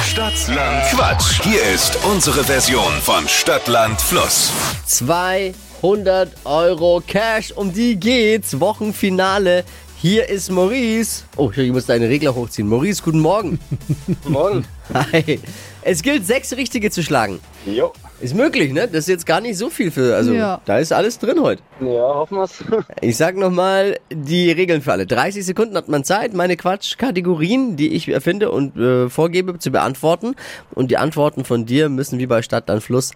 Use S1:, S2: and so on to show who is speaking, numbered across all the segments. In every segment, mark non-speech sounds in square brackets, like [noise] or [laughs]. S1: Stadtland Quatsch. Hier ist unsere Version von Stadtland Fluss.
S2: 200 Euro Cash. Um die geht's. Wochenfinale. Hier ist Maurice. Oh, ich muss deinen Regler hochziehen. Maurice, guten
S3: [laughs]
S2: Morgen.
S3: Morgen.
S2: Hi. Es gilt, sechs Richtige zu schlagen.
S3: Jo.
S2: Ist möglich, ne? Das ist jetzt gar nicht so viel für. Also,
S4: Ja.
S2: da ist alles drin heute.
S3: Ja, hoffen wir's. [laughs]
S2: Ich sag nochmal die Regeln für alle. 30 Sekunden hat man Zeit, meine Quatschkategorien, die ich erfinde und äh, vorgebe, zu beantworten. Und die Antworten von dir müssen wie bei Stadt an Fluss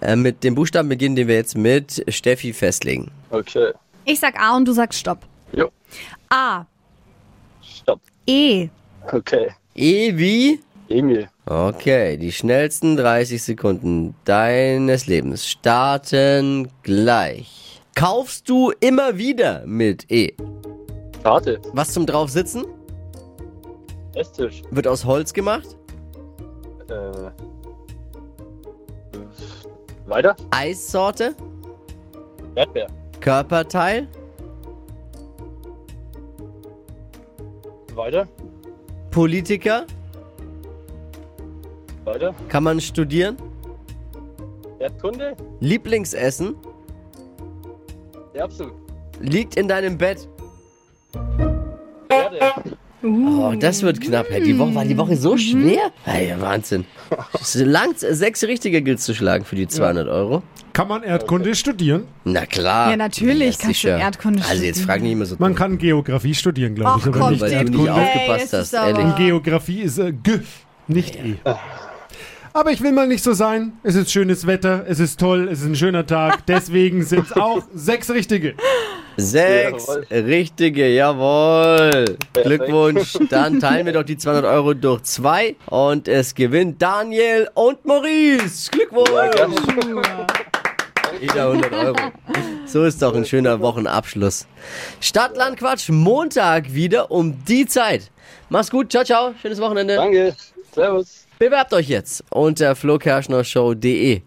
S2: äh, mit dem Buchstaben beginnen, den wir jetzt mit Steffi festlegen.
S3: Okay.
S4: Ich sag A und du sagst Stopp.
S3: Jo.
S4: A,
S3: Stopp.
S4: E,
S3: Okay.
S2: E wie?
S3: Emil.
S2: Okay, die schnellsten 30 Sekunden deines Lebens starten gleich. Kaufst du immer wieder mit E?
S3: Karte.
S2: Was zum draufsitzen?
S3: Esstisch.
S2: Wird aus Holz gemacht?
S3: Äh. Weiter.
S2: Eissorte?
S3: Erdbeer.
S2: Körperteil?
S3: Weiter.
S2: Politiker?
S3: Weiter.
S2: Kann man studieren?
S3: Erdkunde.
S2: Lieblingsessen?
S3: Erbsen.
S2: Liegt in deinem Bett?
S3: Erde.
S2: Oh, das wird knapp. Hey, die Woche, war die Woche
S4: Mhm.
S2: so schwer? Hey, Wahnsinn.
S4: [laughs]
S2: Es Langt, sechs Richtige gilt zu schlagen für die 200 Euro.
S5: Kann man Erdkunde studieren?
S2: Na klar.
S4: Ja, natürlich
S2: Lässt
S4: kannst
S2: sich
S4: du
S2: ja.
S4: Erdkunde
S2: Also jetzt
S4: studieren.
S2: frag nicht immer so
S5: Man kann Geografie studieren, glaube ich,
S4: Ach,
S5: aber
S4: komm,
S5: nicht
S2: weil
S4: Steffi,
S2: du nicht
S5: Erdkunde.
S4: ey,
S2: aufgepasst
S4: es
S2: hast,
S4: ist aber-
S2: ehrlich.
S5: Und Geografie ist äh, G, nicht E. Aber ich will mal nicht so sein. Es ist schönes Wetter, es ist toll, es ist ein schöner Tag. Deswegen sind es auch sechs richtige.
S2: Sechs
S3: Jawohl.
S2: richtige, jawohl. Glückwunsch. Dann teilen wir doch die 200 Euro durch zwei und es gewinnt Daniel und Maurice. Glückwunsch. Jeder 100 Euro. So ist doch ein schöner Wochenabschluss. Stadtland Quatsch, Montag wieder um die Zeit. Mach's gut, ciao, ciao. Schönes Wochenende.
S3: Danke. Servus.
S2: Bewerbt euch jetzt unter flokerschnershow.de.